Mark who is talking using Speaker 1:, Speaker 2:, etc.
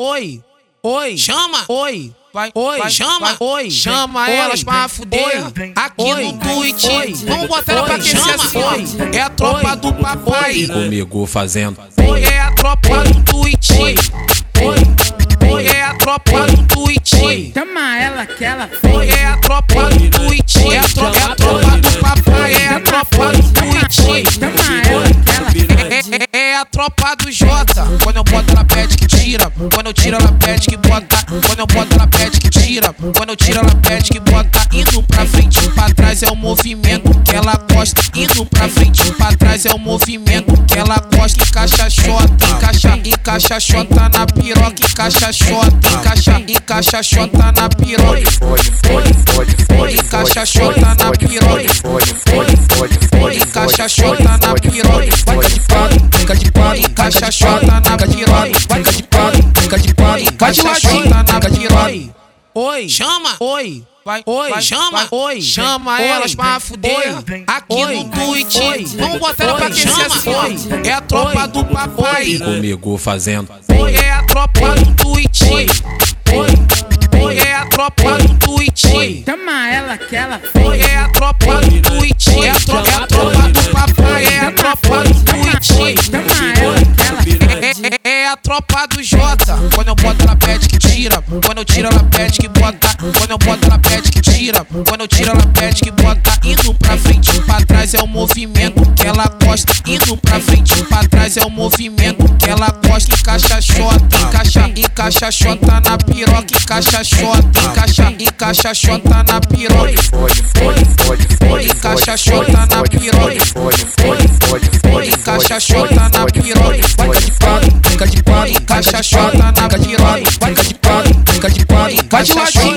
Speaker 1: Oi, oi,
Speaker 2: Chama!
Speaker 1: oi, vai,
Speaker 2: Oi,
Speaker 1: oi,
Speaker 2: chama!
Speaker 1: oi,
Speaker 2: chama
Speaker 1: vem,
Speaker 2: elas
Speaker 1: oi,
Speaker 2: pra
Speaker 1: vem,
Speaker 2: fuder
Speaker 1: oi,
Speaker 2: aqui
Speaker 1: oi,
Speaker 2: no tweet.
Speaker 1: oi,
Speaker 2: Vamos botar ela pra
Speaker 1: oi,
Speaker 2: aquecer
Speaker 1: chama,
Speaker 2: assim,
Speaker 1: oi,
Speaker 2: ó. É a tropa
Speaker 1: oi,
Speaker 2: do papai.
Speaker 3: Comigo fazendo
Speaker 2: Oi, é a tropa do tweet.
Speaker 1: oi,
Speaker 2: Oi, oi, é a tropa do tweet.
Speaker 1: oi.
Speaker 4: Chama ela que ela
Speaker 2: Oi, é a tropa do tweet. É a tro- é a tropa do papai. É a tropa do tweet.
Speaker 4: Chama ela que ela
Speaker 2: É, é- é a tropa do Jota. Quando eu boto, ela pede que tira. Quando eu tiro, ela pede que bota. Quando eu boto, ela pede que tira. Quando eu tiro, ela pede que bota. Indo pra frente e pra trás é o movimento que ela gosta. Indo pra frente e pra trás é o movimento que ela gosta. Encaixa xota, encaixa, encaixa xota na piroca. Encaixa xota, encaixa, encaixa xota na piroca. Encaixa xota na piroca. Encaixa xota na piroca.
Speaker 5: Vai de pato, fica de pato,
Speaker 2: Encaixa xota na piroca.
Speaker 5: vai de pato, fica de pato,
Speaker 2: Vai de ladinho, na piroca.
Speaker 1: Oi, oi,
Speaker 2: Chama!
Speaker 1: oi, vai,
Speaker 2: Vai,
Speaker 1: oi,
Speaker 2: chama,
Speaker 1: oi,
Speaker 2: chama
Speaker 1: vem,
Speaker 2: elas pra
Speaker 1: oi,
Speaker 2: fuder
Speaker 1: vem,
Speaker 2: aqui
Speaker 1: oi,
Speaker 2: no tweet.
Speaker 1: oi,
Speaker 2: Vamos botar ela pra
Speaker 1: oi,
Speaker 2: aquecer
Speaker 1: chama,
Speaker 2: assim,
Speaker 1: oi,
Speaker 2: ó. É a tropa
Speaker 1: oi,
Speaker 2: do papai.
Speaker 3: comigo fazendo
Speaker 2: Oi, é a tropa do tweet. Oi, oi, é a tropa do tweet. Oi,
Speaker 4: Chama ela que ela
Speaker 2: é a tropa do tweet. É a tro- é a tropa do papai. É a tropa do tweet. Oi.
Speaker 4: Chama ela que ela
Speaker 2: É- É, é a tropa do Jota. Quando eu boto, ela pede que tira. Quando eu tiro, ela pede que bota. Quando eu boto, ela pede que tira. Quando eu tiro, ela pede que bota. Indo pra frente e pra trás é o movimento que ela gosta. Indo pra frente e pra trás é o movimento que ela gosta. Encaixa xota, encaixa, encaixa xota na piroca. Encaixa xota, encaixa, encaixa xota na piroca. Encaixa xota na piroca. Encaixa xota na piroca.
Speaker 5: Vai de pato, fica de pato,
Speaker 2: Encaixa a xota na piroca.
Speaker 5: vai de pato, fica de pato,
Speaker 2: Vai de um ladinho,